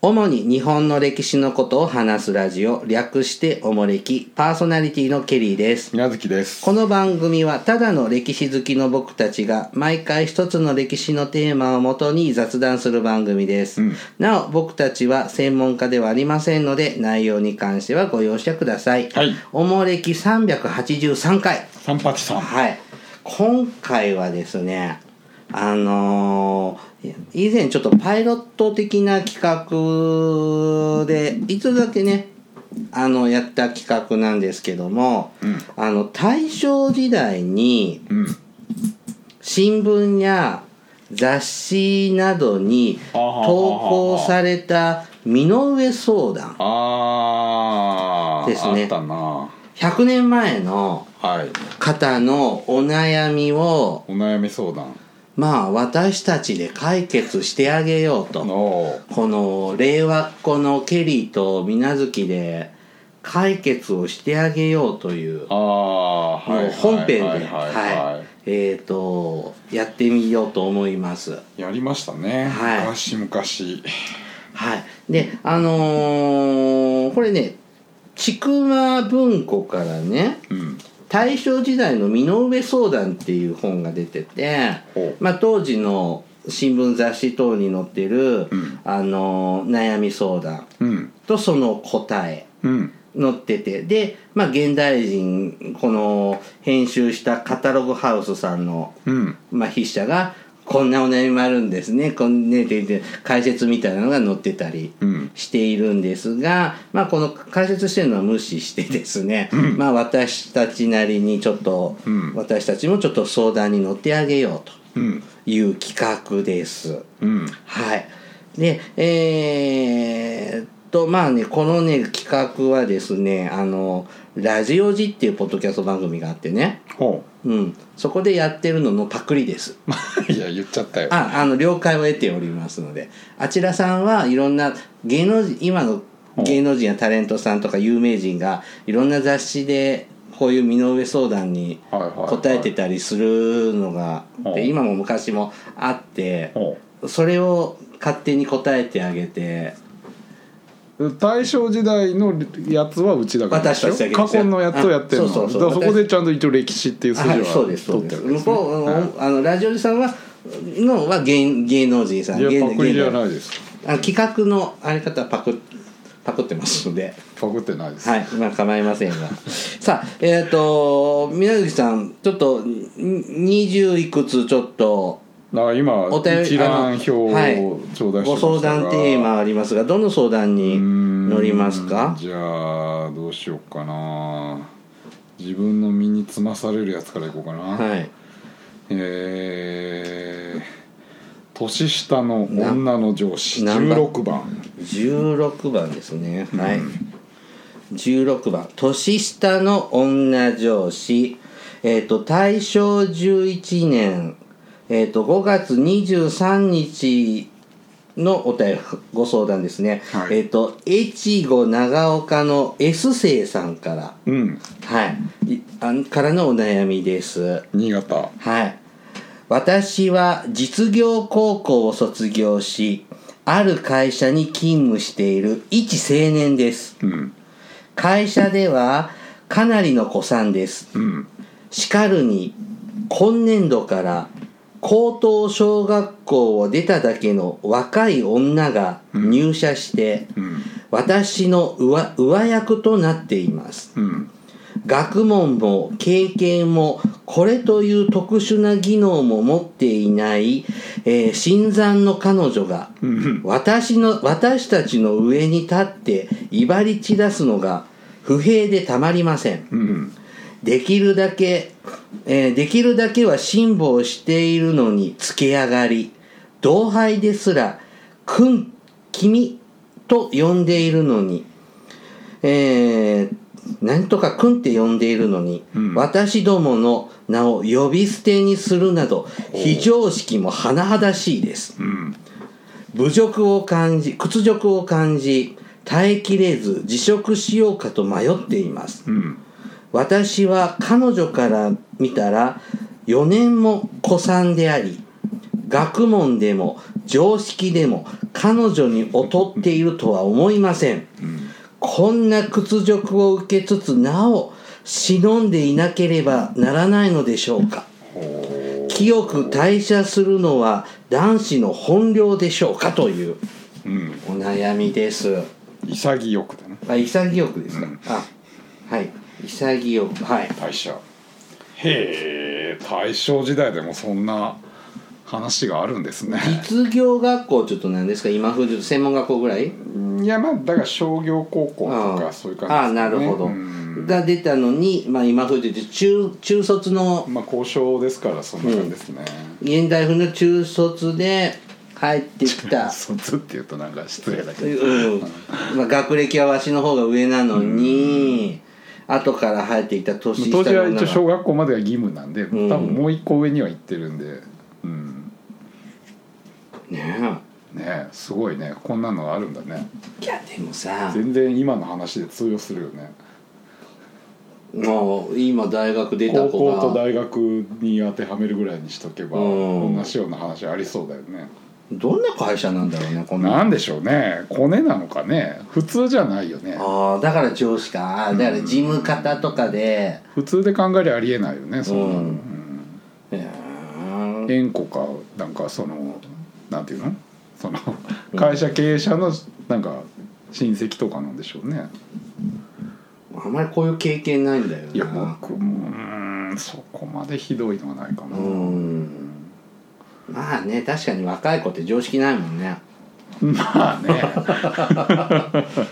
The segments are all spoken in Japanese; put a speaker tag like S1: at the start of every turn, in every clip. S1: 主に日本の歴史のことを話すラジオ、略しておもれき、パーソナリティのケリーです。
S2: 宮月です
S1: この番組はただの歴史好きの僕たちが毎回一つの歴史のテーマをもとに雑談する番組です、
S2: うん
S1: なお僕たちは専門家ではありませんので内容に関してはご容赦ください。
S2: はい
S1: おもれき383回。
S2: 三八さん
S1: はい、今回はですねあのー以前ちょっとパイロット的な企画でいつだけねあのやった企画なんですけども、
S2: うん
S1: あの大正時代に
S2: うん
S1: 新聞や雑誌などに
S2: あはははは
S1: 投稿された身の上相談
S2: あー
S1: ですね
S2: あったな
S1: 100年前の
S2: はい
S1: 方のお悩みを
S2: お悩み相談
S1: まあ私たちで解決してあげようと
S2: の
S1: この令和っ子のケリーと水無月で解決をしてあげようという
S2: ああーはい
S1: もう本編で
S2: はいはいはい
S1: は
S2: はい
S1: えっとやってみようと思います。
S2: いやりましたね
S1: はい
S2: 昔昔
S1: はい、であのーこれね千曲文庫からね
S2: うん
S1: 大正時代の身の上相談っていう本が出てて
S2: ほ、う
S1: まあ、当時の新聞雑誌等に載ってる、
S2: うん
S1: あの悩み相談
S2: うん
S1: とその答え
S2: うん
S1: 載っててで、まあ、現代人この編集したカタログハウスさんの、
S2: うん
S1: まあ、筆者がこんなお悩みもあるんですねこんねてて解説みたいなのが載ってたり。
S2: うん
S1: しているんですが、まあ、この解説してるのは無視してですね、まあ、私たちなりにちょっと、
S2: うん
S1: 私たちもちょっと相談に乗ってあげようと
S2: うん
S1: いう企画です。
S2: うん
S1: はい、でえーっとまあねこのね企画はですねあの「ラジオジ」っていうポッドキャスト番組があってね、
S2: ほ
S1: うん、そこでやってるののパクリ です。
S2: ういや言っちゃったよ
S1: ああの了解を得ておりますのであちらさんはいろんな芸能人今の芸能人やタレントさんとか有名人がいろんな雑誌でこういう身の上相談に
S2: はいはいはい
S1: 答えてたりするのが
S2: ほう
S1: で今も昔もあって
S2: ほ
S1: それを勝手に答えてあげて
S2: う大正時代のやつはうちだからでしょ
S1: 私たちだけで
S2: 過
S1: すよ
S2: 去のやつをやってるの
S1: あそうそうそう
S2: だからそこでちゃんと一応歴史っていう筋
S1: はいそう
S2: は
S1: ですそう
S2: 取っ
S1: で
S2: て
S1: す
S2: るわけ
S1: 向
S2: ですね
S1: こううんあのラジオさんはのは芸芸能人さん
S2: い
S1: 芸
S2: やパクリじゃ
S1: 芸
S2: な
S1: 能
S2: いです
S1: あ企画のあり方はパクパクってますので。
S2: パクってないです、
S1: はい、まあ構いませんが。 さあ、えっ、と、皆月さん、ちょっと、に20いくつちょっと、
S2: だから今
S1: お便り
S2: 一覧表を頂
S1: あ
S2: 戴
S1: の
S2: してましたが
S1: ご相談テーマありますが、どの相談に乗りますか
S2: じゃあどうしようかな自分の身につまされるやつからいこうかな、
S1: はい。
S2: えー年下の女の上司
S1: な何番
S2: 16番
S1: 16番ですね。はい。16番。年下の女上司。えっ、と、大正11年、えっ、と、5月23日のお便り、ご相談ですね。
S2: はい
S1: えっ、と、越後長岡の S 生さんから、
S2: うん
S1: はい。いあんからのお悩みです。
S2: 新潟
S1: はい。私は実業高校を卒業し、ある会社に勤務している一青年です。
S2: うん
S1: 会社ではかなりの古参です。
S2: うん
S1: しかるに、今年度から高等小学校を出ただけの若い女が入社して、
S2: うん
S1: 私の上上役となっています。
S2: うん
S1: 学問も経験もこれという特殊な技能も持っていない、えー新参の彼女が
S2: うん
S1: 私の私たちの上に立って威張り散らすのが不平でたまりません
S2: うん
S1: できるだけ、えーできるだけは辛抱しているのにつけ上がり同輩ですら「くん君」と呼んでいるのにえーなんとかくんって呼んでいるのに、
S2: うん
S1: 私どもの名を呼び捨てにするなど非常識も甚だしいです
S2: うん
S1: 侮辱を感じ屈辱を感じ耐えきれず辞職しようかと迷っています
S2: うん
S1: 私は彼女から見たら4年も古参であり学問でも常識でも彼女に劣っているとは思いません、こんな屈辱を受けつつなお忍んでいなければならないのでしょうか
S2: ほ
S1: 清く代謝するのは男子の本領でしょうかという
S2: ううん
S1: お悩みです
S2: 潔くだね
S1: あ潔くですか、
S2: うん
S1: あはい潔くはい
S2: 大社へえ大正時代でもそんな話があるんですね
S1: 実業学校ちょっと何ですか今風で専門学校ぐらい
S2: いやまあだから商業高校と
S1: ああ
S2: かそういう感じですかね
S1: ああなるほど、
S2: うん
S1: が出たのに、まあ、今風で言うと中中卒の
S2: まあ交渉ですからそんな感じですね、
S1: 現代風の中卒で入ってき た
S2: 卒っていうとなんか失礼だけど
S1: うんまあ、学歴はわしの方が上なのに、後から入ってきた年下
S2: 当
S1: の
S2: 時は
S1: 女
S2: 一応
S1: が
S2: 小学校までが義務なんで、
S1: うん
S2: 多分もう一個上には行ってるんで、うん、
S1: ね
S2: ねえすごいねこんなのがあるんだね
S1: えいやでもさ
S2: 全然今の話で通用するよね
S1: もう今大学出た
S2: 高
S1: 子
S2: 校
S1: が
S2: と大学に当てはめるぐらいにしとけば
S1: うん
S2: 同じような話ありそうだよね
S1: どんな会社なんだろうねこんな
S2: なんでしょうねコネなのかね普通じゃないよね
S1: ああだから上司かあーだから事務方とかで
S2: 普通で考えりゃありえないよねそんなの、
S1: う
S2: うんん
S1: うーん
S2: 縁故かなんかそのなんていうのその会社経営者のなんか親戚とかなんでしょうね
S1: あんまりこういう経験ないんだよない
S2: や僕もうーんそこまでひどいのはないかな、
S1: うんまあね確かに若い子って常識ないもんね
S2: まあね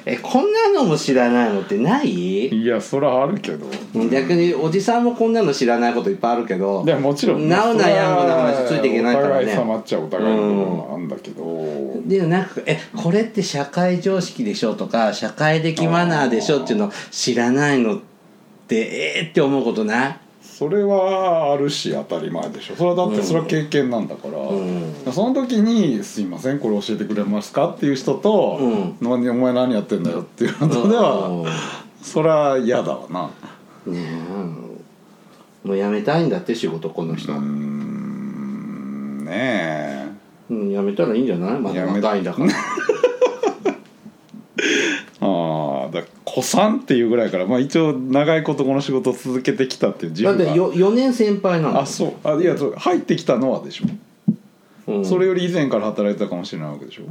S1: えこんなのも知らないのってない
S2: いやそれはあるけど
S1: 逆におじさんもこんなの知らないこといっぱいあるけど
S2: でもちろん
S1: なおなやんごな話ついていけないからね
S2: お互い様っちゃお互いの部分はあんだけど、
S1: でもなんか「えこれって社会常識でしょ」とか「社会的マナーでしょ」っていうの知らないのってえー、って思うことない
S2: それはあるし当たり前でしょそれはだってそれは経験なんだから、
S1: ん
S2: その時に「すいませんこれ教えてくれますか?」っていう人と「何お前何やってんだよ」っていうのでは、そりゃ嫌だわな
S1: うんねえもう辞めたいんだって仕事この人、
S2: うー
S1: うん
S2: んね
S1: 辞めたらいいんじゃないまだ
S2: 辞め
S1: 若いんだから
S2: えああだ子さんっていうぐらいから、まあ、一応長いことこの仕事を続けてきたっていう自
S1: だっ
S2: 負
S1: て
S2: が
S1: よ4年先輩なの
S2: あそうあいやそう入ってきたのはでしょ、
S1: うん
S2: それより以前から働いてたかもしれないわけでしょ、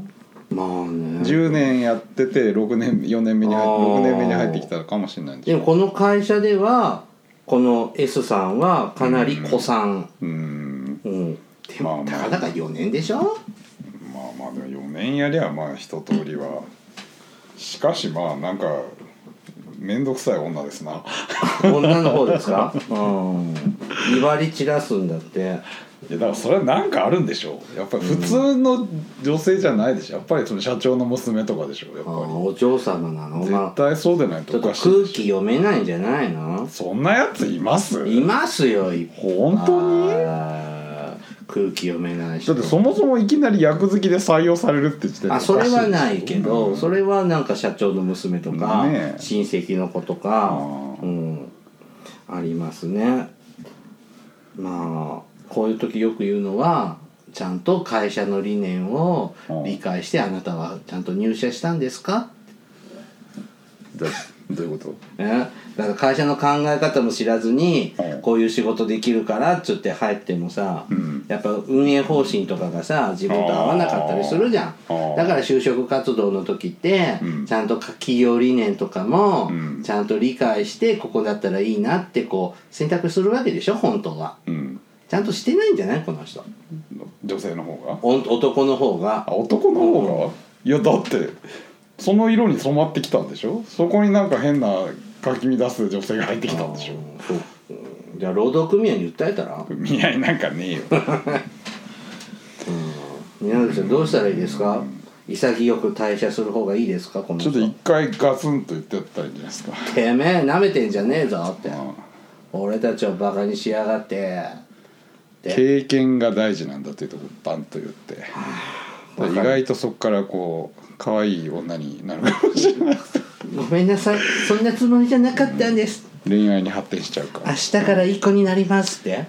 S1: まあね
S2: 10年やってて6年4年目に入
S1: あー
S2: 6年目に入ってきたかもしれないんでし
S1: で
S2: ょ
S1: もこの会社ではこの S さんはかなり子さん、
S2: うーん
S1: うん、でも、
S2: まあまあ
S1: たかだか4年でしょ
S2: まあまあでも4年やりゃまあ一通りはしかしまあなんか面倒くさい女ですな
S1: 女の方ですかうん威張り散らすんだって
S2: いやだからそれはなんかあるんでしょうやっぱり普通の女性じゃないでしょやっぱりその社長の娘とかでしょや
S1: あ
S2: っぱ
S1: ー
S2: り
S1: お嬢様なのま
S2: 絶
S1: あ
S2: 対そうでない
S1: ちょ
S2: と
S1: っ
S2: お
S1: と
S2: か
S1: 空
S2: しいでし
S1: 気読めないんじゃないの
S2: ょそんなやついます
S1: いますよいっぱい
S2: 本当に
S1: あー空気読めない
S2: だ
S1: 人
S2: ってそもそもいきなり役付きで採用されるって時点で
S1: あそれはないけど、
S2: うん
S1: それはなんか社長の娘とか、
S2: ねえ
S1: 親戚の子とか
S2: あ
S1: う
S2: ー
S1: ん、ありますねまあこういう時よく言うのはちゃんと会社の理念を理解してあなたはちゃんと入社したんですか
S2: だどういうこと
S1: えだから会社の考え方も知らずに
S2: うん
S1: こういう仕事できるからっつって入ってもさ、
S2: ん
S1: やっぱ運営方針とかがさ自分と合わなかったりするじゃん
S2: あー
S1: だから就職活動の時って、
S2: うん
S1: ちゃんと企業理念とかも
S2: うん
S1: ちゃんと理解してここだったらいいなってこう選択するわけでしょ本当は
S2: うん
S1: ちゃんとしてないんじゃないこの人
S2: 女性の方が
S1: お男の方が
S2: あ男の方がいやだってその色に染まってきたんでしょそこになんか変なかき乱す女性が入ってきたんでしょ
S1: そううんじゃあ労働組合に訴えたら
S2: 見合いなんかねえよ
S1: 宮崎さんどうしたらいいですか潔く退社する方がいいですかこの
S2: ちょ
S1: 人
S2: っと一回ガツンと言ってやったらいいんじゃないですか
S1: てめえ舐めてんじゃねえぞって
S2: まあ
S1: 俺たちをバカにしやがってって
S2: 経験が大事なんだというとこバンと言って
S1: わかる
S2: 意外とそこからこう可愛い女になるかもしれない
S1: ごめんなさいそんなつもりじゃなかったんです
S2: 恋愛に発展しちゃうか
S1: 明
S2: ら
S1: 日からいい子になりますって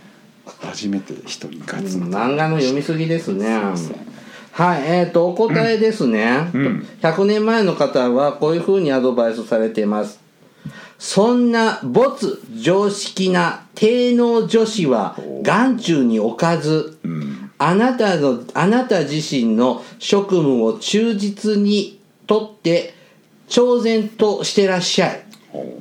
S2: 初めて人にガ
S1: うん
S2: ツンと
S1: 漫画の読みすぎですねはい、えっ、と、お答えですね。
S2: うん
S1: 100年前の方はこういうふうにアドバイスされてます。そんな没常識な低能女子は眼中に置かず、あなたの、あなた自身の職務を忠実にとって、挑然としてらっしゃい。
S2: ほ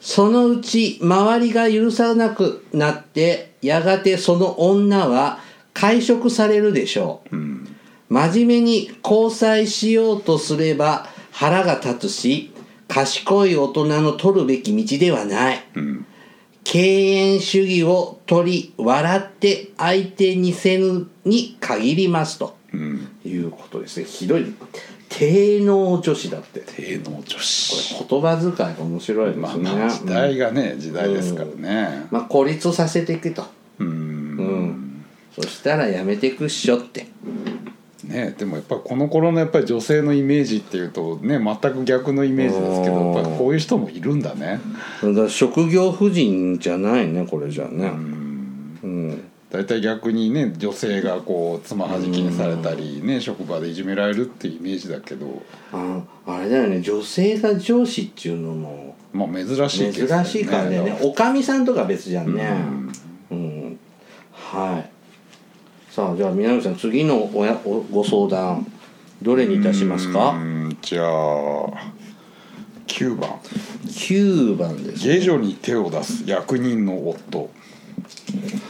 S1: そのうち周りが許さなくなってやがてその女は解職されるでしょう、真面目に交際しようとすれば腹が立つし賢い大人の取るべき道ではない、敬遠主義を取り笑って相手にせぬに限りますと、いうことですねひどい低能女子だって
S2: う低能女
S1: こ
S2: 子
S1: れ言葉遣いが面白いですね、
S2: まあまあ時代がね時代ですからね
S1: まあ、孤立させていくと、
S2: うん
S1: うん、そしたらやめてくっしょって
S2: ねでもやっぱこの頃のやっぱり女性のイメージっていうとね全く逆のイメージですけど
S1: うん
S2: やっぱこういう人もいるんだね
S1: だから職業婦人じゃないねこれじゃねうん
S2: 大体逆にね女性がこうつまはじきにされたりね職場でいじめられるっていうイメージだけど
S1: あのあれだよね女性が上司っていうのも
S2: まあ珍しい
S1: 珍
S2: ですよ
S1: しいからねおかみさんとか別じゃんねうん、はいさあじゃあ南さん次のおやおご相談どれにいたします
S2: う
S1: か
S2: んじゃあ9番
S1: 9番です、
S2: 下女に手を出す役人の夫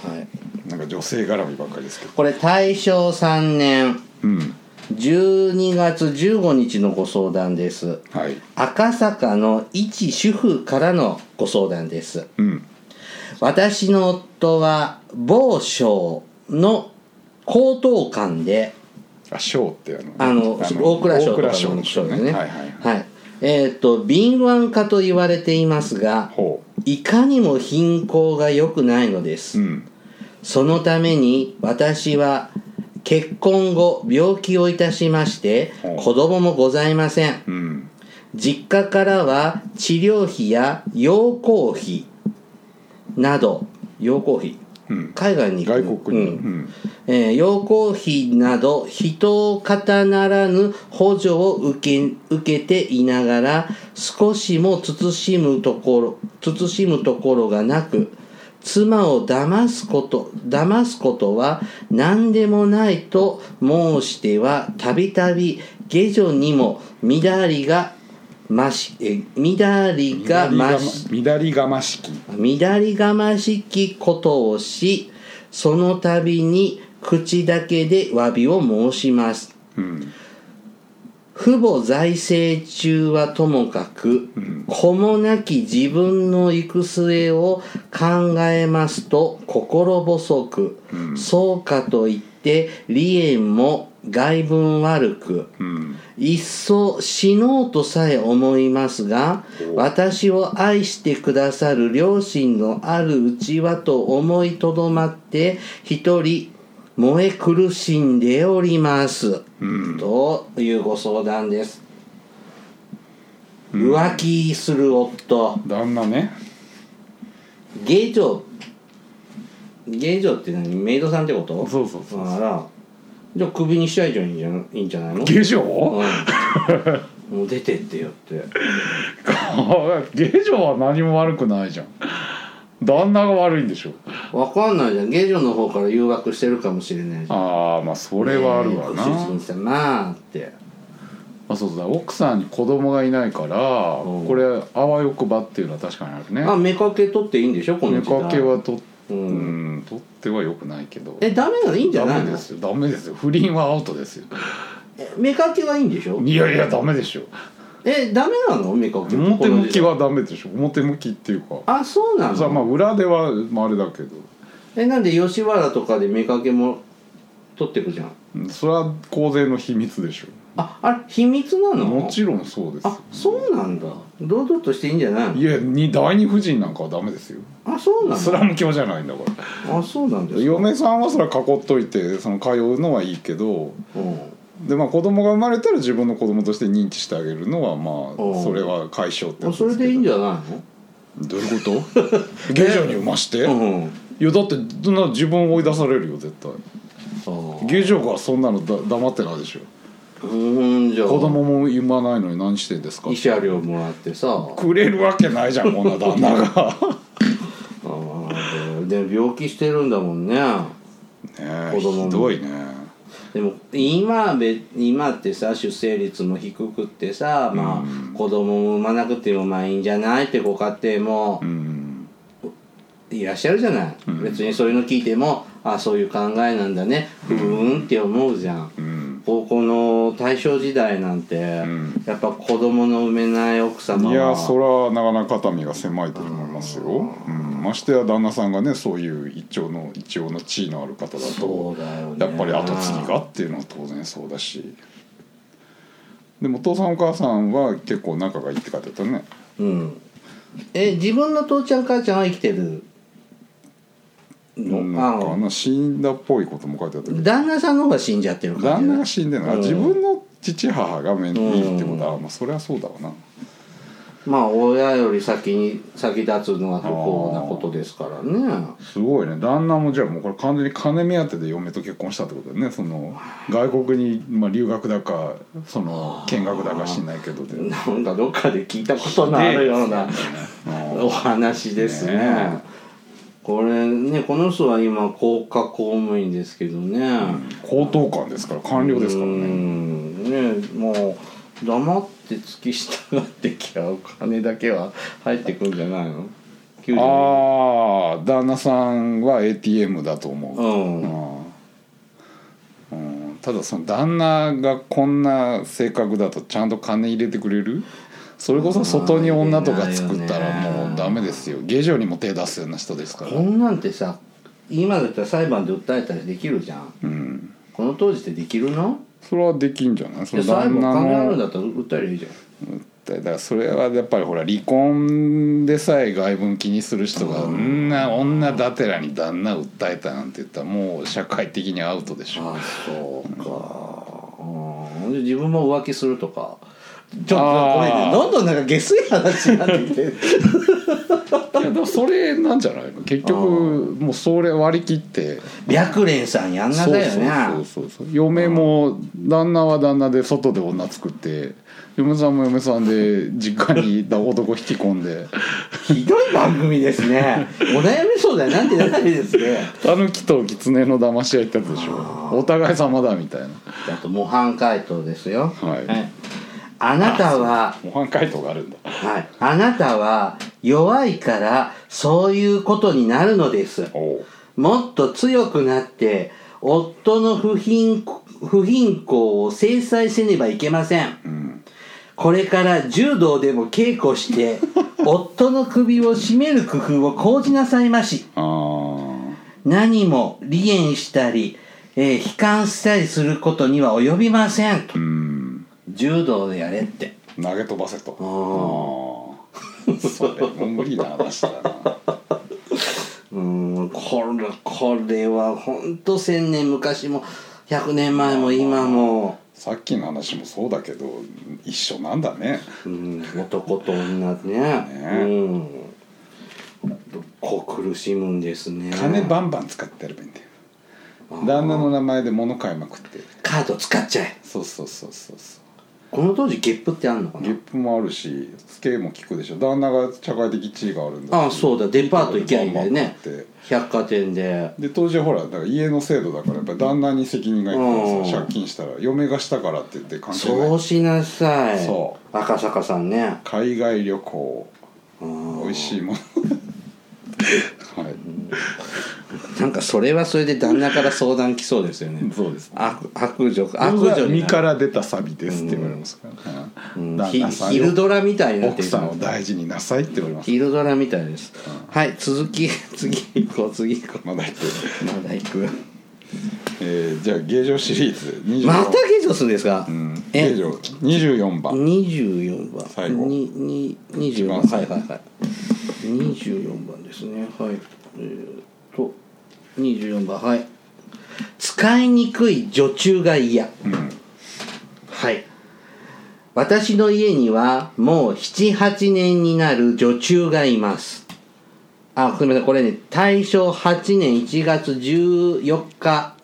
S1: はい、
S2: なんか女性絡みばっかりですけど
S1: これ大正3年
S2: うん
S1: 12月15日のご相談です
S2: はい
S1: 赤坂の一主婦からのご相談です
S2: うん
S1: 私の夫は某省の高等官で
S2: あ賞ってあの
S1: あの大蔵省とかの省でね
S2: はいはいはい
S1: はいえっ、と敏腕家と言われていますが
S2: ほ
S1: いかにも貧困が良くないのです
S2: ううん
S1: そのために私は結婚後病気をいたしまして
S2: ほう
S1: 子供もございません
S2: うん
S1: 実家からは治療費や養護費など養護費
S2: うん
S1: 海外に行く
S2: 外国に
S1: う
S2: うんん
S1: えー養護費など人を方ならぬ補助を受け受けていながら少しも慎むところ慎むところがなく妻を騙すこと騙すことは何でもないと申してはたびたび下女にも乱りがましえ乱りが
S2: 乱りが
S1: ま
S2: ま
S1: し
S2: 乱りがましき
S1: 乱りがましきことをしその度に口だけで詫びを申します
S2: うん
S1: 父母在政中はともかく、子もなき自分の行く末を考えますと心細く、そうかといって離縁も外分悪く、
S2: うん
S1: いっそ死のうとさえ思いますが私を愛してくださる両親のあるうちはと思いとどまって一人燃え苦しんでおります、というご相談です、浮気する夫
S2: 旦那ね
S1: 芸女芸女って何メイドさんってこと
S2: そうそうそう
S1: あらじゃあクビにしちゃえばいいんじゃんいいんじゃないの
S2: 下女
S1: うん もう出てってよって
S2: 下女は何も悪くないじゃん旦那が悪いんでしょ
S1: わかんないじゃん下女の方から誘惑してるかもしれないじゃん
S2: ああまあそれはあるわ
S1: ね
S2: な、
S1: えご主人様って
S2: あそうそうだ奥さんに子供がいないから、
S1: うん
S2: これあわよくばっていうのは確かにあるね
S1: あ目かけ取っていいんでしょこの
S2: 寝
S1: 時代
S2: かけはと、
S1: う
S2: うんん取ってはよくないけど
S1: えダメなのいいんじゃ
S2: ダ
S1: ない
S2: メ
S1: の
S2: ですよダメですよ不倫はアウトですよ
S1: え目かけはいいんでしょ
S2: いやいやダメでしょ
S1: えダメなの目かけ
S2: 表向き
S1: この時代
S2: はダメでしょ表向きっていうか
S1: あそうな
S2: さあまあ
S1: の
S2: 裏ではまああれだけど
S1: えなんで吉原とかで目かけも取ってくじゃん
S2: うんそれは公然の秘密でしょ
S1: ああれ秘密なの
S2: もちろんそうですよ
S1: あそうなんだ堂々としていいんじゃない
S2: い
S1: の
S2: やに第二夫人なんかはダメですよ
S1: あそうな
S2: そ
S1: の
S2: れは無教じゃないんだから
S1: あそうなんですか
S2: 嫁さんはそれは囲っといてその通うのはいいけど
S1: うん
S2: でまあ子供が生まれたら自分の子供として認知してあげるのはま
S1: うん
S2: あそれは解消って
S1: あ
S2: やつ
S1: それ
S2: すけど
S1: でいいんじゃない
S2: どういうこと 下女に産まして、
S1: のうん
S2: いやだってそんな自分を追い出されるよ絶対
S1: あー
S2: 牛上はそんなのだ黙ってないでしょ
S1: うんじゃあ
S2: 子供も言わないのに何してんですか
S1: 慰謝料もらってさ
S2: くれるわけないじゃんこんな旦那が
S1: あーでで病気してるんだもんね
S2: ね え
S1: 子供も
S2: ひどいね
S1: でも今べ今ってさ出生率も低くってさ、まあ子供も産まなくてもまあいいんじゃないってご家庭も
S2: うん
S1: いらっしゃるじゃない、別にそういうの聞いてもあそういう考えなんだねふーんって思うじゃん、
S2: うん
S1: 高校の大正時代なんて、
S2: ん
S1: やっぱ子供の産めない奥様はい
S2: やそれはなかなか肩身が狭いと思いますよ、うん、ましてや旦那さんがねそういう一丁の一応の地位のある方だ
S1: そ
S2: と
S1: うだよね
S2: やっぱり後継ぎがっていうのは当然そうだしでもお父さんお母さんは結構仲がいいって方だったね
S1: うんえ自分の父ちゃん母ちゃんは生きてるの、
S2: なんか
S1: あ
S2: あの死んだっぽいことも書いてあったけど
S1: 旦那さんの方が死んじゃってる感じ
S2: 旦
S1: だ
S2: 那が死んでるのは
S1: うん
S2: 自分の父母が面にいるってことは、まあ、そりゃそうだわな
S1: まあ親より先に先立つのは不幸なことですからね
S2: すごいね旦那もじゃあもうこれ完全に金目当てで嫁と結婚したってことだよねその外国に、まあ、留学だかその見学だかしないけどで
S1: なんかどっかで聞いたことのあるようなお話ですね
S2: ね
S1: これねこの人は今国家公務員ですけどね、
S2: 高等官ですから官僚ですから
S1: う
S2: ね
S1: んねもう黙って付き従ってきゃお金だけは入ってくんじゃないの給料
S2: ああ旦那さんは ATM だと思う
S1: うん
S2: うんただその旦那がこんな性格だとちゃんと金入れてくれるそれこそ外に女とか作ったらもうダメですよ下女にも手出すような人ですから
S1: こんなんてさ今だったら裁判で訴えたりできるじゃん
S2: うん
S1: この当時ってできるの
S2: それはできんじゃないそ
S1: いや
S2: の
S1: 裁判
S2: 旦那
S1: 考えるん
S2: の
S1: だったら訴えりゃいいじゃん
S2: だからそれはやっぱりほら離婚でさえ外分気にする人がんな女だてらに旦那訴えたなんて言ったらもう社会的にアウトでしょ
S1: あそうか、うん、で自分も浮気するとかちょっと
S2: あー
S1: ごめんねどんどんなんか下水話になってきて
S2: いやでもそれなんじゃないの結局もうそれ割り切って
S1: 白蓮さんやんな
S2: そう
S1: だよね
S2: そうそうそう嫁も旦那は旦那で外で女作って嫁さんも嫁さんで実家に男引き込んで
S1: ひどい番組です ねお悩み相談なんてないですね
S2: タヌキと狐の騙し合いってやつでしょお互い様だみたいな
S1: あと模範解答ですよ
S2: はい
S1: あなたは
S2: 模範解答があるんだ
S1: はい、あなたは弱いからそういうことになるのです
S2: おう
S1: もっと強くなって夫の不貧不貧困を制裁せねばいけません、これから柔道でも稽古して 夫の首を絞める工夫を講じなさいまし
S2: あー
S1: 何も離縁したり、えー悲観したりすることには及びませんと
S2: うん
S1: 柔道でやれって
S2: 投げ飛ばせと
S1: あ
S2: あーそれも無理な話だな
S1: うーんこれこれは本当千年昔も100年前も今も、
S2: さっきの話もそうだけど一緒なんだね
S1: うん、男と女ね
S2: ね
S1: うんこう苦しむんですね
S2: 金バンバン使ってやればいいんだよ旦那の名前で物買いまくって
S1: カード使っちゃえ
S2: そうそうそうそうそう
S1: この当時ゲップってあんのかな
S2: ゲップもあるしスケも効くでしょ旦那が社会的地位があるんだ
S1: ああそうだデパート行きゃいいんだよね
S2: って
S1: 百貨店で
S2: で当時ほらだから家の制度だからやっぱり旦那に責任がいくからさ
S1: うん
S2: 借金したら嫁がしたからって言って関係な
S1: そう
S2: い
S1: しなさい
S2: そ
S1: 赤坂さんね
S2: 海外旅行
S1: うん
S2: 美味しい ものはい
S1: なんかそれはそれで旦那から相談来そうですよね
S2: そうです
S1: 悪悪女悪女に
S2: 僕
S1: な
S2: が
S1: る
S2: 身から出たサビですって言われますから、
S1: うん
S2: 旦
S1: ひ
S2: 那さん
S1: 昼ドラみたいになって
S2: 奥
S1: る
S2: さんを大事になさいって言われます
S1: 昼ドラみたいです、はい続き 次行こう次行こ
S2: まだ言って
S1: うまだ行く
S2: えーじゃあ芸場シリーズ24
S1: またゲジョスですか、
S2: うん、
S1: え
S2: 芸場24番
S1: 24番
S2: 最後
S1: にに24番
S2: 一番
S1: は
S2: 最
S1: いはいはい24番ですねはいえー、っと24番はい使いにくい女中が嫌、はい私の家にはもう78年になる女中がいますあすみませんこれね大正8年1月14日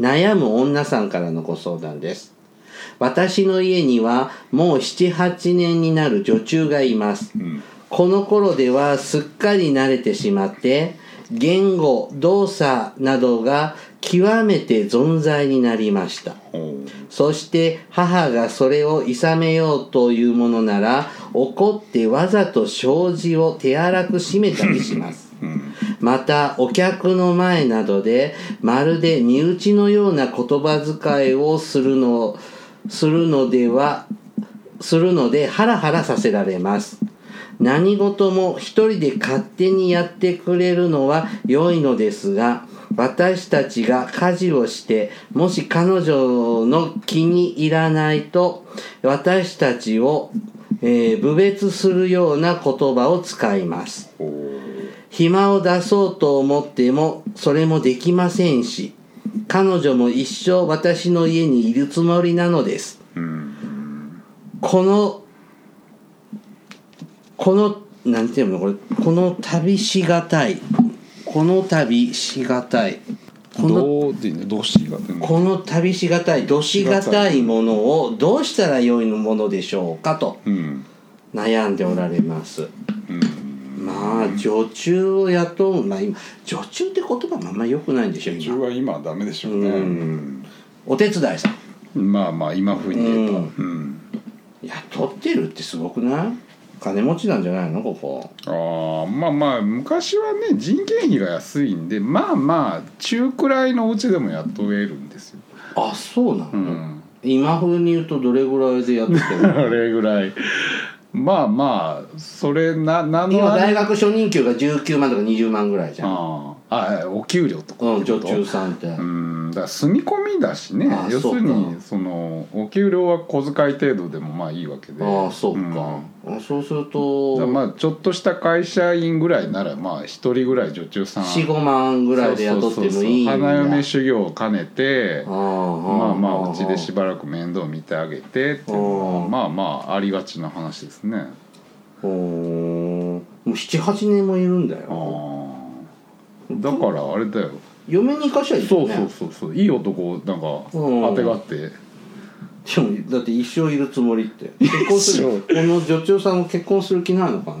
S1: 悩む女さんからのご相談です私の家にはもう78年になる女中がいます、この頃ではすっかり慣れてしまって言語動作などが極めて存在になりました
S2: ほ
S1: そして母がそれをいさめようというものなら怒ってわざと障子を手荒く閉めたりします。またお客の前などでまるで身内のような言葉遣いをするのするのではするのでハラハラさせられます。何事も一人で勝手にやってくれるのは良いのですが、私たちが家事をして、もし彼女の気に入らないと、私たちを、えー、侮蔑するような言葉を使います。
S2: うほ
S1: 暇を出そうと思ってもそれもできませんし彼女も一生私の家にいるつもりなのです、このこのなんていうのこれこの旅しがたいこの旅しがたいうこの
S2: どうっていうねどうしがうん
S1: この旅しがたいどしがたいものをどうしたら良いものでしょうかと
S2: うん
S1: 悩んでおられます、まあ女中を雇うまあ今女中って言葉もあんまり良くないんでしょ
S2: 中
S1: 今
S2: は今はダメでしょうね
S1: うんお手伝いさん
S2: まあまあ今風に言えばうん
S1: 雇ってるってすごくない金持ちなんじゃないのここ
S2: あーまあまあ昔はね人件費が安いんでまあまあ中くらいのお家でも雇えるんですよ、
S1: あそうなの、
S2: うん、
S1: 今風に言うとどれぐらいでやってて
S2: あ
S1: る
S2: れぐらいまあまあそれな何の
S1: 今
S2: あれ
S1: 大学初任給が19万とか20万ぐらいじゃん
S2: あーあお給料とか
S1: う
S2: っ
S1: ん
S2: てこ
S1: 女
S2: と
S1: 中さんって、
S2: うんだから住み込みだしね
S1: あー
S2: 要する
S1: そう
S2: に
S1: か
S2: そのお給料は小遣い程度でもまあいいわけで
S1: ああそうか、
S2: ん
S1: あそうする
S2: だから
S1: と
S2: まあちょっとした会社員ぐらいならまあ一人ぐらい女中さん
S1: 45万ぐらいで雇ってもいいんだ
S2: そうそうそう花嫁修行を兼ねて
S1: あ
S2: ま
S1: ま
S2: あまあうちでしばらく面倒見てあげてっていうのは
S1: あー
S2: まあまあありがちな話ですね
S1: ほーもう78年もいるんだ
S2: あ
S1: よ
S2: ーだからあれだよ
S1: 嫁に行かしゃいい
S2: そ
S1: よ
S2: う
S1: ね
S2: そうそうそういい男をなんか
S1: うん
S2: 当てがって
S1: でもだって一生いるつもりって結婚するこの女中さんも結婚する気ないのかな
S2: ああ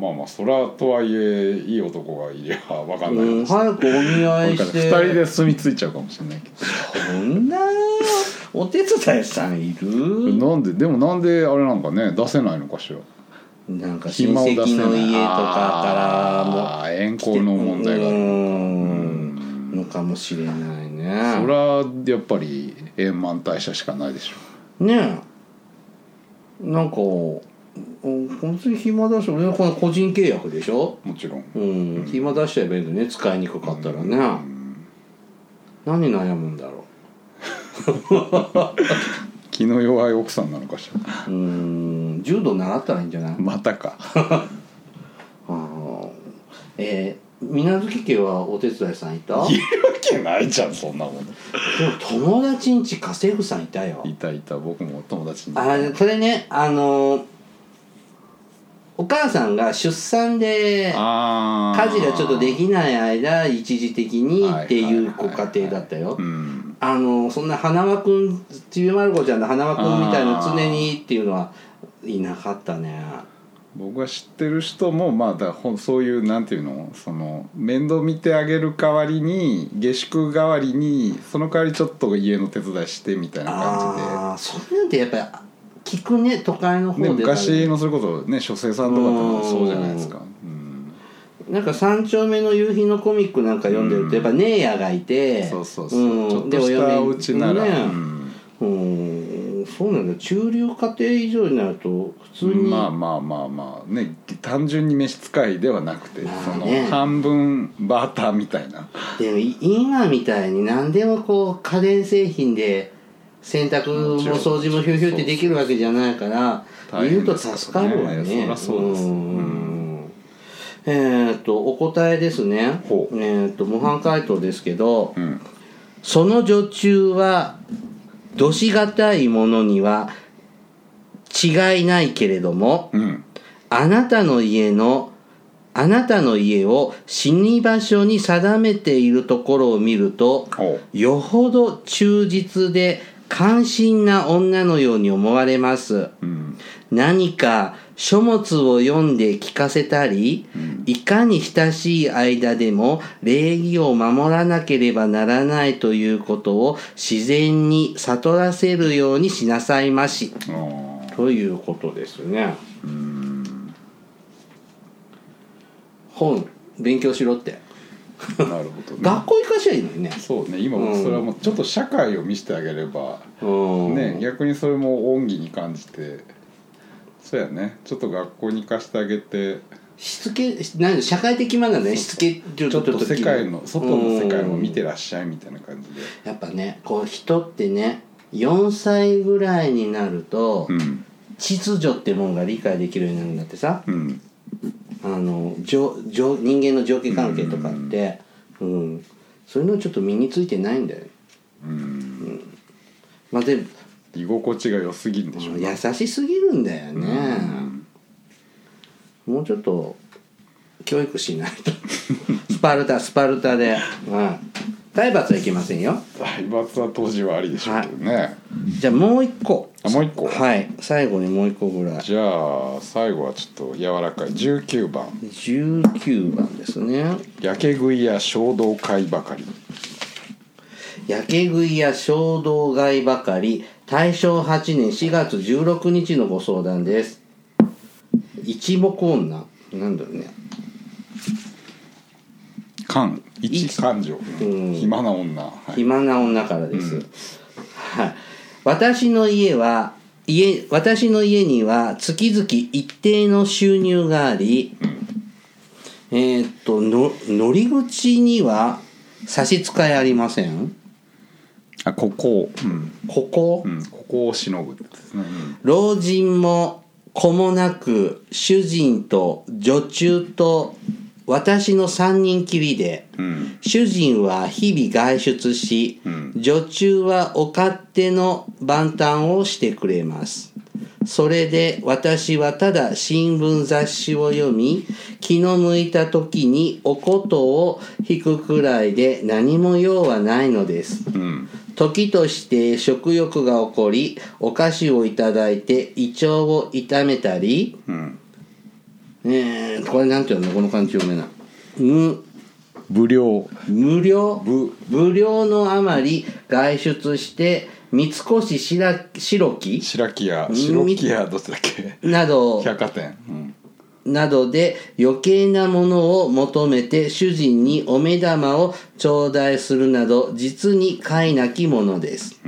S2: まあまあそらとはいえいい男がいりゃわかんな
S1: う
S2: い
S1: ん
S2: 話
S1: 早くお見合
S2: ないんかね
S1: して
S2: 二人で住み着いちゃうかもしれないけ
S1: そんなお手伝いさんい
S2: ど
S1: る
S2: なんででもなんであれなんかね出せないのかしら
S1: なんか親
S2: 暇を出せない
S1: 戚の家とかからも
S2: あー遠行の問題があ
S1: う
S2: る
S1: んのかもしれない
S2: それ
S1: ね
S2: はやっぱり円満退社しかないでしょ
S1: ねえなんか本当に暇だし俺はこの個人契約でしょ
S2: もちろん
S1: うん、暇出しちゃえばいいのね使いにくかったらね、何悩むんだろ
S2: 気の弱い奥さんなのかし ら
S1: ううん柔道習ったらいいんじゃない、
S2: またか
S1: あーえー、水無月家はお手伝いさんいた
S2: いるわけないじゃんそんなもの
S1: でも友達んち家政婦さんいたよ
S2: いたいた僕も友達に
S1: あーこれねあのーお母さんが出産で
S2: あー
S1: 家事がちょっとできない間一時的にっていうご家庭だったよ、
S2: うん
S1: あのそんな花輪くんちびまる子ちゃんの花輪くんみたいな常にっていうのはいなかったね
S2: 僕が知ってる人もまあだほんそういうなんていうのその面倒見てあげる代わりに下宿代わりにその代わりちょっと家の手伝いしてみたいな感じで
S1: ああーそんなんでやっぱり聞くね都会の方
S2: ね、
S1: で
S2: 昔のそれこそね書生さんとかとかそうじゃないですか、うん、
S1: なんか三丁目の夕日のコミックなんか読んでるとやっぱ姉やがいて
S2: そうそうそう、
S1: ん
S2: ちょっ
S1: で
S2: とした
S1: 嫁
S2: お家なら、
S1: ね
S2: うん
S1: うんそうなんだ中流家庭以上になると普通に、
S2: まあまあまあまあね単純に召使いではなくて、
S1: ま
S2: そ
S1: あ
S2: の
S1: ね
S2: 半分バーターみたいな
S1: でもい今みたいに何でもこう家電製品で洗濯も掃除もヒューヒューってできるわけじゃないから
S2: そうそう
S1: いると助かるわね
S2: 大変ですからねそりゃそうです
S1: んえーっとお答えですねえ
S2: ほう
S1: ーっと模範解答ですけど、
S2: うん
S1: その女中はどしがたいものには違いないけれども
S2: うん
S1: あなたの家のあなたの家を死に場所に定めているところを見ると
S2: おう
S1: よほど忠実で関心な女のように思われます、
S2: うん
S1: 何か書物を読んで聞かせたり、いかに親しい間でも礼儀を守らなければならないということを自然に悟らせるようにしなさいまし
S2: あー
S1: ということですね
S2: うん
S1: 本勉強しろって
S2: なるほ どね
S1: 学校行かしゃいいのにね
S2: そうね今
S1: うん
S2: それはもうちょっと社会を見せてあげれば、
S1: うん
S2: ね逆にそれも恩義に感じてそうやねちょっと学校に行かしてあげて
S1: しつけなん社会的マナーねしつけちょ
S2: ちょっと世界の外の世界も見
S1: て
S2: てらっしゃいみたいな感じで
S1: やっぱねこう人ってね4歳ぐらいになると、
S2: うん
S1: 秩序ってもんが理解できるようになるんだってさ
S2: うん
S1: あの上上人間の上下関係とかって、うんそういうのちょっと身についてないんだよね
S2: うん
S1: まあ、で
S2: 居心地が良すぎるんでしょうね
S1: 優しすぎるんだよね、もうちょっと教育しないと スパルタスパルタで、うん、体罰はいけませんよ
S2: 財閥は当時はありでしょうけどね、
S1: じゃあもう一個
S2: あもう一個
S1: はい最後にもう一個ぐらい
S2: じゃあ最後はちょっと柔らかい19番
S1: 19番ですね
S2: 「やけ食いや衝動買いばかり
S1: やけ食いや衝動買いばかり大正8年4月16日のご相談です一目女なんだろうね」
S2: 感一感情、
S1: うん
S2: 暇な女、はい
S1: 暇な女からです、はい私の家は家私の家には月々一定の収入があり、えーっとの乗り口には差し支えありません
S2: あここを、うん
S1: ここ、
S2: うん、ここをしのぐってですね、うん
S1: 老人も子もなく主人と女中と私の3人きりで
S2: うん
S1: 主人は日々外出し、
S2: うん
S1: 女中はお勝手の万端をしてくれますそれで私はただ新聞雑誌を読み気の向いた時におことを引くくらいで何も用はないのです
S2: うん
S1: 時として食欲が起こりお菓子をいただいて胃腸を痛めたり、
S2: うん
S1: えー、これなんていうのこの漢字読めない無
S2: 無料
S1: 無料
S2: 無
S1: 無料のあまり外出して三越白白木
S2: 白木屋
S1: うん
S2: 白木屋どっちだっけ
S1: など
S2: 百貨店、うん
S1: などで余計なものを求めて主人にお目玉を頂戴するなど実に快なきものです、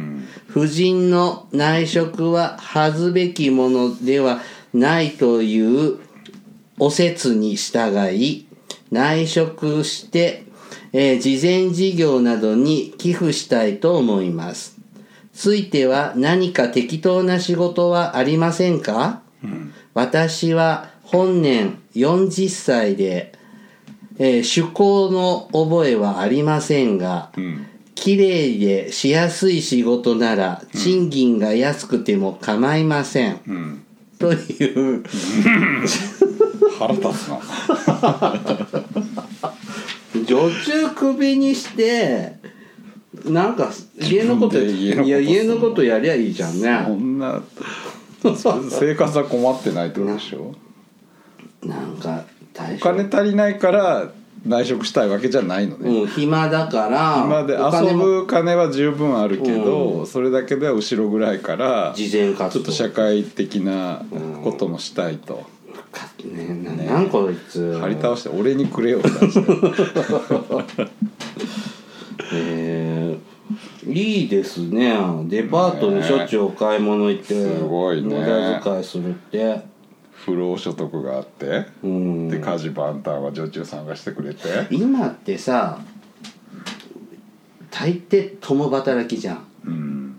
S1: 夫人の内職は恥ずべきものではないというお説に従い内職して、えー慈善事業などに寄付したいと思いますついては何か適当な仕事はありませんか、私は本年40歳で、えー趣向の覚えはありませんが、
S2: ん
S1: 綺麗でしやすい仕事なら賃金が安くても構いません、
S2: うん、
S1: という
S2: 腹立つな
S1: 女中クビにしてなんか家のこと
S2: 自分で家のこと
S1: いや家のことやりゃいいじゃん
S2: こ
S1: ね
S2: んな生活は困ってないってことでしょ
S1: なんか大
S2: お金足りないから内職したいわけじゃないのね、
S1: うん暇だから
S2: 今で
S1: お金
S2: 遊
S1: も
S2: ぶ金は十分あるけど、それだけでは後ろぐらいからち
S1: 慈善活
S2: ょ
S1: 動
S2: っと社会的なこともしたいと、
S1: かねななんこいつ
S2: 張り倒して「俺にくれよ」って話だよ
S1: えーいいですねデパートにしょっちゅうお買い物行って
S2: すごいね
S1: 無駄遣いするって
S2: 不労所得があって、
S1: うん
S2: で家事万端は女中さんがしてくれて
S1: 今ってさ大抵共働きじゃん
S2: うん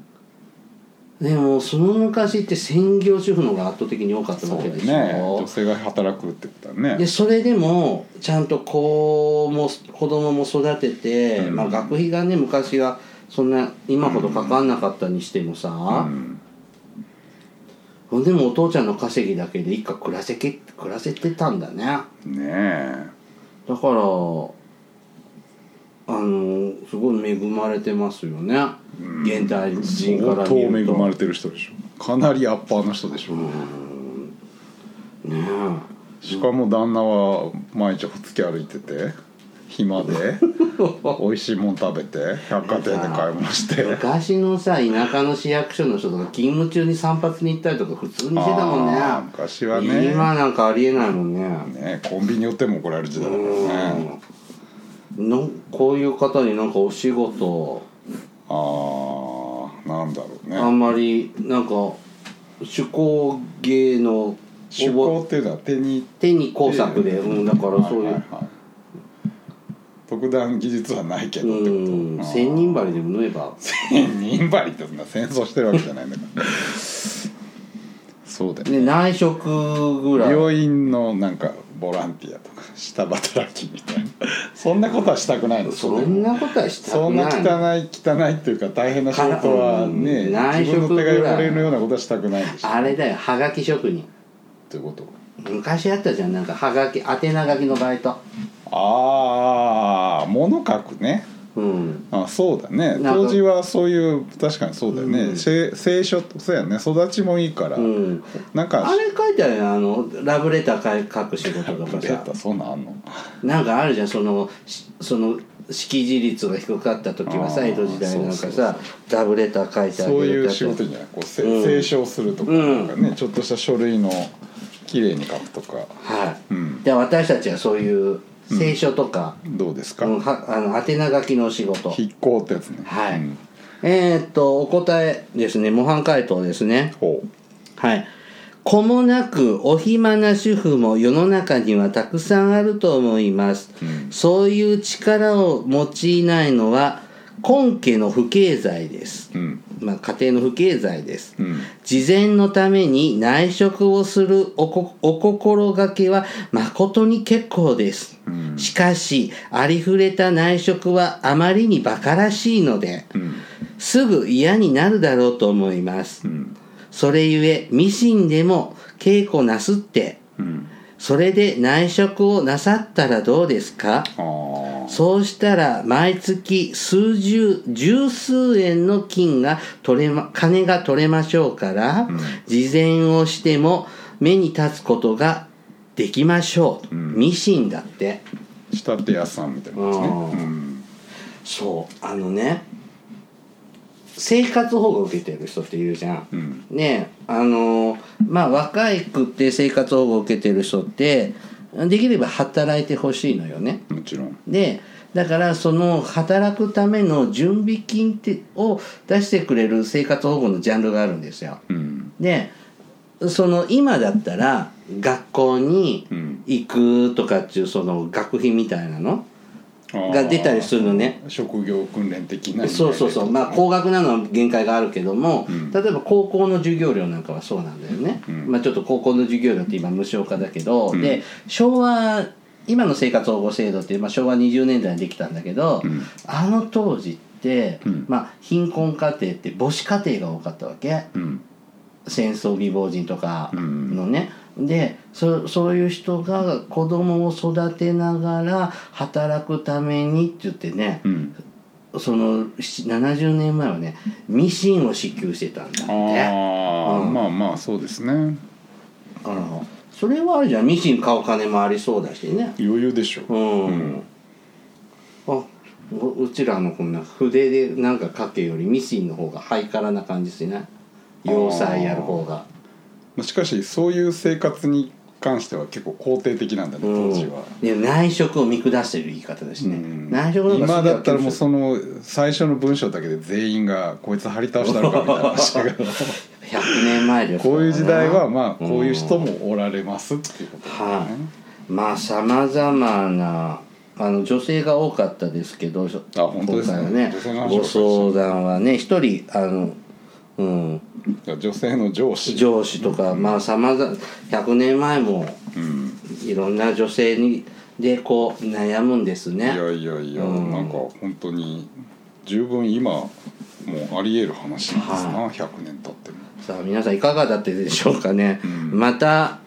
S1: でもその昔って専業主婦の方が圧倒的に多かった
S2: そう
S1: わ
S2: だ
S1: け
S2: よ
S1: でしょ
S2: ね女性が働くってことだ
S1: で
S2: ね
S1: それでもちゃんと子も子供も育てて、
S2: うん
S1: まあ、学費がね昔はそんな今ほどかかんなかったにしてもさ、
S2: うん
S1: ほんでもお父ちゃんの稼ぎだけで一家暮らせけ暮らせてたんだねだ
S2: ねえ
S1: からあのすごい恵まれてますよね現代人から
S2: 相当
S1: 見
S2: 恵
S1: ると
S2: まれてる人でしょかなりアッパーの人でしょ
S1: ね
S2: しかも旦那は毎日ほつき歩いてて 暇で美味しいもん食べて百貨店で買い物し
S1: え
S2: て
S1: 昔のさ田舎の市役所の人とか勤務中に散髪に行ったりとか普通にしてたもんね
S2: あー昔はね
S1: 今なんかありえないもんね
S2: ねコンビニ寄っても怒られる時代だからね
S1: うんのこういう方になんかお仕事
S2: あーなんだろう
S1: あ
S2: ね
S1: んまりなんか手工芸の
S2: 手工っていうのは手に
S1: 手に工作で、うん、だからそういう、
S2: はいはいはい特段技術はないけどってこと
S1: うん千人針でも縫えば
S2: 千人針ってそんな戦争してるわけじゃないんだからそうだよね
S1: で内職ぐらい
S2: 病院のなんかボランティアとか下働きみたいなそんなことはしたくないの
S1: そんなことはした
S2: そ
S1: く
S2: んな
S1: ない
S2: 汚い汚いっていうか大変な仕事はね
S1: からうん
S2: 自分の
S1: 内
S2: 手
S1: 職ぐら
S2: が
S1: い
S2: 汚れるようなことはしたくないでしょっ
S1: あれだよはがき職人
S2: てこと
S1: 昔あったじゃんなんかはがき宛名書きのバイト
S2: ああ物書くね
S1: うん
S2: あそうだね
S1: なんか
S2: 当時はそういう確かにそうだよね、せ聖書そうやね育ちもいいから、
S1: うん
S2: なんか
S1: あれ書いてあるよあのラブレター書く仕事とか
S2: ペ
S1: さ
S2: ッタそんなんあんの
S1: なんかあるじゃんそのしその識字率が低かった時は
S2: あ
S1: さ
S2: ー
S1: 江戸時代なんか
S2: そうそう
S1: さラブレター書いてあげ
S2: そうい
S1: る
S2: う
S1: だけ
S2: 仕事じゃないこうせ
S1: うん
S2: 清書をするとか
S1: うん
S2: なんかね、ちょっとした書類の綺麗に書くとか
S1: はい、
S2: うん
S1: で私たちはそういう聖書とか、
S2: どうです
S1: う
S2: か、
S1: んはあの宛名書きの仕事
S2: 筆行ってやつね
S1: はい、
S2: うん
S1: えーっとお答えですね模範解答ですね
S2: ほう
S1: はい子もなくお暇な主婦も世の中にはたくさんあると思います、
S2: うん
S1: そういう力を用いないのは根家の不経済です、
S2: うん
S1: まあ、家庭の不経済です、
S2: うん
S1: 事前のために内職をするおこお心がけは誠に結構です、
S2: うん
S1: しかしありふれた内職はあまりに馬鹿らしいので、
S2: うん
S1: すぐ嫌になるだろうと思います、
S2: ん
S1: それゆえミシンでも稽古なすって
S2: うん
S1: それで内職をなさったらどうですか
S2: あー
S1: そうしたら毎月数十、十数円の金が取れま、金が取れましょうから、事前をしても目に立つことができましょう。ミシンだって。
S2: 仕立て屋さんみたいなやつねうん
S1: そう、あのね、生活保護受けてる人っているじゃん。
S2: うん
S1: ねえあのまあ若いくって生活保護受けてる人って、できれば働いてほしいのよね。
S2: もちろん
S1: でだからその働くための準備金ってを出してくれる生活保護のジャンルがあるんですよ。
S2: うん
S1: でその今だったら学校に
S2: うん
S1: 行くとかっていうその学費みたいなの
S2: あー
S1: が出たりするのね。
S2: 職業訓練的な
S1: そうそうそうまあ高額なのは限界があるけども、例えば高校の授業料なんかはそうなんだよね、まあちょっと高校の授業料って今無償化だけど、で昭和今の生活保護制度って、まあ、昭和20年代にできたんだけど、
S2: ん
S1: あの当時って、
S2: ん
S1: まあ、貧困家庭って母子家庭が多かったわけ
S2: うん
S1: 戦争未亡人とかのね、でそそういう人が子供を育てながら働くためにって言ってね、
S2: うん
S1: その7 70年前はねミシンを支給してたんだっ
S2: あ
S1: て
S2: あ、
S1: うん
S2: まあまあそうですね
S1: あのそれはあるじゃんミシン買う金もありそうだしね
S2: 余裕でしょ
S1: うん、あううちらのこんな筆でなんか書けよりミシンの方がハイカラな感じしない要塞やる方が
S2: まあしかしそういう生活に関しては結構肯定的なんだね
S1: うん
S2: 当時は。
S1: で内職を見下してる言い方ですね、内職の方が
S2: 今だったらもう
S1: の
S2: その最初の文章だけで全員がこいつ張り倒したのかみたいな 話だけど
S1: 100年前ですから
S2: こ
S1: ね
S2: ういう時代はまあこういう人もおられますっていうことだよ
S1: は
S2: ね。
S1: い、まあさまざまなあの女性が多かったですけど
S2: あ本当です
S1: 今回
S2: ね女性の
S1: は
S2: 話を
S1: ご相談はね一人あの、うん、
S2: だから女性の上司
S1: 上司とか、まあさまざ100年前も
S2: うん、
S1: いろんな女性にでこう悩むんです
S2: い
S1: ね。
S2: やいやいや、
S1: うん
S2: なんか本当に十分今もうあり得る話なんですな、100年経っても。
S1: さあ皆さんいかがだったでしょうかね、また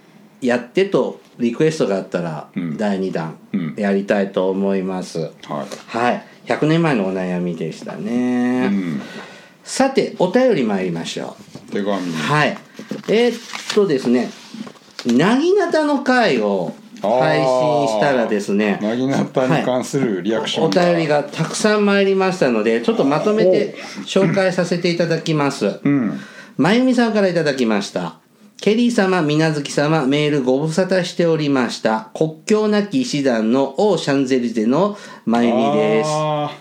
S1: やってとリクエストがあったら
S2: うん
S1: 第2弾
S2: うん
S1: やりたいと思います、
S2: は
S1: はい100年前のお悩みでしたね、
S2: い、うん、
S1: さてお便り参りましょ
S2: 手紙
S1: うはいえーっとですねなぎなたの回を配信したらですね
S2: なぎなたに関するリアクショ
S1: お
S2: ンが、
S1: 便りがたくさん参りましたのでちょっとまとめて紹介させていただきます
S2: うん
S1: まゆみさんからいただきましたケリー様、みなずき様、メールご無沙汰しておりました。国境なき医師団のオーシャンゼリゼのまゆみです。
S2: あ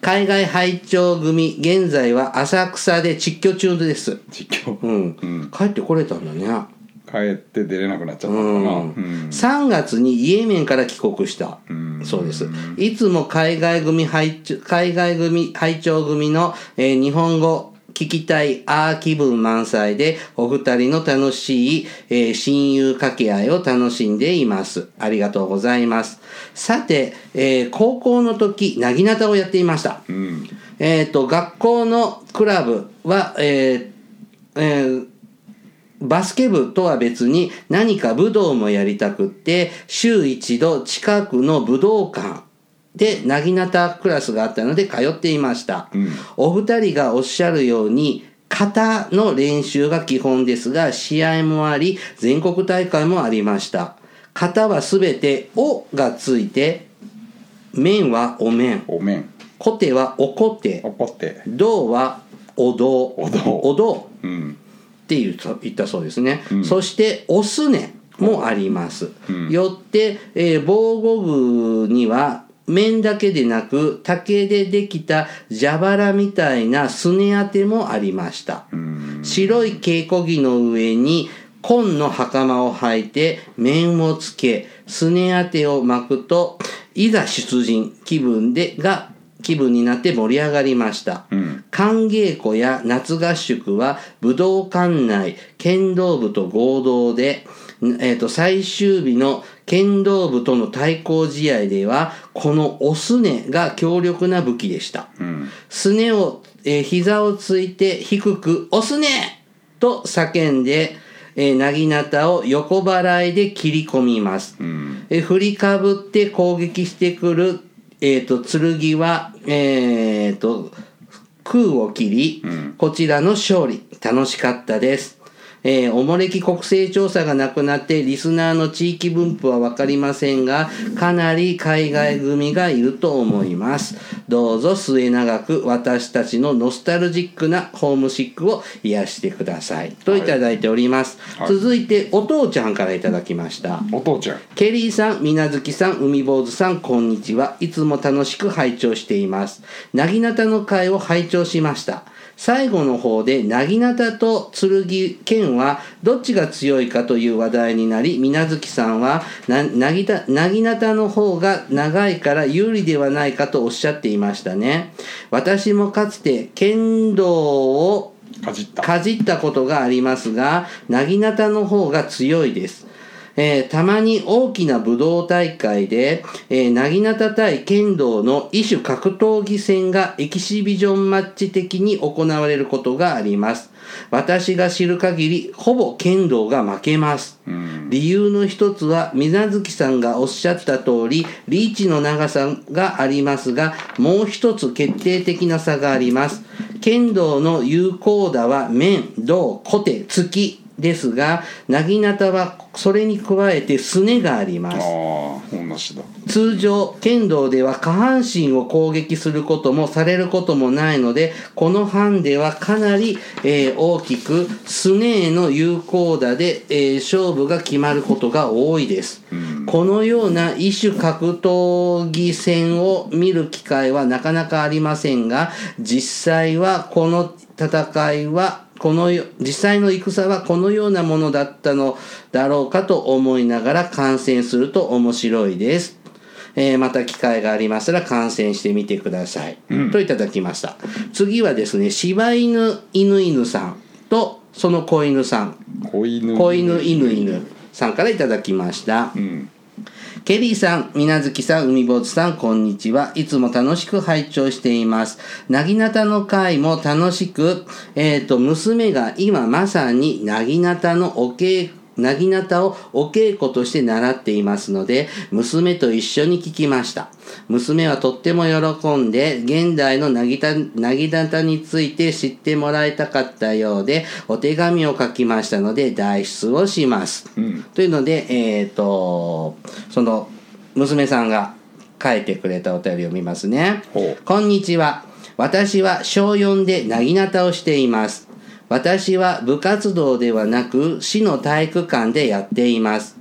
S1: 海外拝聴組、現在は浅草で実況中です。
S2: ー実況、
S1: うん。帰ってこれたんだね。
S2: 帰って出れなくなっちゃった
S1: う
S2: のかな、
S1: ん3月にイエメンから帰国した、そうですいつも海外組拝聴海外組拝聴組の、えー日本語聞きたいあー気分満載でお二人の楽しい、えー親友掛け合いを楽しんでいますありがとうございますさて、えー高校の時なぎなたをやっていました、
S2: うん
S1: えっ、と学校のクラブはえーえーバスケ部とは別に何か武道もやりたくって、週一度近くの武道館で、なぎなたクラスがあったので通っていました。お二人がおっしゃるように、型の練習が基本ですが、試合もあり、全国大会もありました。型はすべて、おがついて、面はお面、
S2: お面
S1: コテはおこて、
S2: 怒って
S1: 銅はお堂、
S2: お堂
S1: お堂
S2: うん
S1: っていうと言ったそうですね、そしておすねもあります、よって、えー防護具には面だけでなく竹でできた蛇腹みたいなすね当てもありました、
S2: うん
S1: 白い稽古着の上に紺の袴を履いて面をつけすね当てを巻くといざ出陣気分でが気分になって盛り上がりました、
S2: うん
S1: 歓迎湖や夏合宿は武道館内剣道部と合同で、んえー、と最終日の剣道部との対抗試合ではこのおすねが強力な武器でした、
S2: うん
S1: すねを、えー膝をついて低く、おすねと叫んで、えー、なぎなたを横払いで切り込みます。
S2: うん
S1: えー振りかぶって攻撃してくる、えっ、と、剣は、えっ、と、空を切り、こちらの勝利、楽しかったです。えーおもれき国勢調査がなくなって、リスナーの地域分布はわかりませんが、かなり海外組がいると思います。どうぞ末永く私たちのノスタルジックなホームシックを癒してください。といただいております。
S2: はい
S1: 続いて、お父ちゃんからいただきました。
S2: お父ちゃん
S1: ケリーさん、みなずきさん、海坊主さん、こんにちは。いつも楽しく拝聴しています。なぎなたの会を拝聴しました。最後の方で、なぎなたと剣、剣はどっちが強いかという話題になり、みなずきさんはな、なぎた、なぎなたの方が長いから有利ではないかとおっしゃっていましたね。私もかつて剣道を
S2: かじった
S1: かじったことがありますが、なぎなたの方が強いです。えーたまに大きな武道大会で、えー、なぎなた対剣道の異種格闘技戦がエキシビジョンマッチ的に行われることがあります。私が知る限り、ほぼ剣道が負けます。理由の一つは、水無月さんがおっしゃった通り、リーチの長さがありますが、もう一つ決定的な差があります。剣道の有効打は面、銅、小手、突きですが、なぎなたはそれに加えてすねがありま
S2: ああ
S1: す。
S2: 同じだ
S1: 通常、剣道では下半身を攻撃することもされることもないので、このハンデはかなり、えー大きく、スネーの有効打で、えー勝負が決まることが多いです。このような異種格闘技戦を見る機会はなかなかありませんが、実際はこの戦いはこのよ実際の戦はこのようなものだったのだろうかと思いながら観戦すると面白いです。えーまた機会がありましたら観戦してみてください。といただきました。次はですね、柴犬犬犬さんとその子犬さん、
S2: 子犬
S1: 子犬犬犬さんからいただきました。
S2: うん
S1: ケリーさん、みなずきさん、海坊主さん、こんにちは。いつも楽しく拝聴しています。なぎなたの会も楽しく、えっ、と、娘が今まさになぎなたのお稽古なぎなたをお稽古として習っていますので、娘と一緒に聞きました。娘はとっても喜んで、現代のなぎたなぎなたについて知ってもらいたかったようで、お手紙を書きましたので、代筆をします。というので、えっ、と、その、娘さんが書いてくれたお便りを見ますね
S2: ほう。
S1: こんにちは。私は小4でなぎなたをしています。私は部活動ではなく市の体育館でやっています。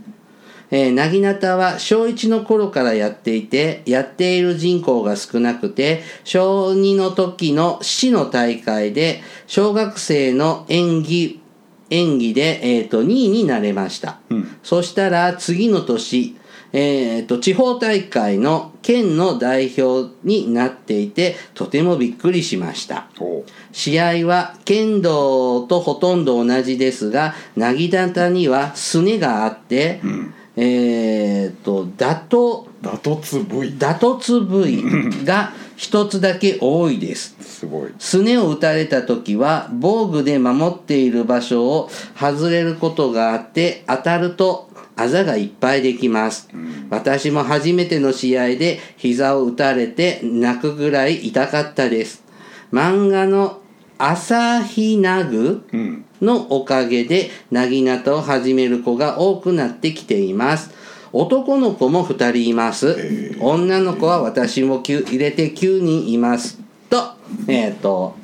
S1: えー、なぎなたは小1の頃からやっていて、やっている人口が少なくて、小2の時の市の大会で、小学生の演技、演技で、えー、と2位になれました。そしたら次の年、えー、と地方大会の県の代表になっていて、とてもびっくりしました。
S2: ほう
S1: 試合は剣道とほとんど同じですが、なぎだたにはすねがあって、えーっと、打と、
S2: ダトツ V
S1: 打突部位が一つだけ多いです。
S2: すごい
S1: すねを打たれた時は防具で守っている場所を外れることがあって当たるとあざがいっぱいできます、私も初めての試合で膝を打たれて泣くぐらい痛かったです漫画の朝日ナグのおかげで、なぎなたを始める子が多くなってきています。男の子も2人います。女の子は私もきゅ入れて9人います。と、えっ、と、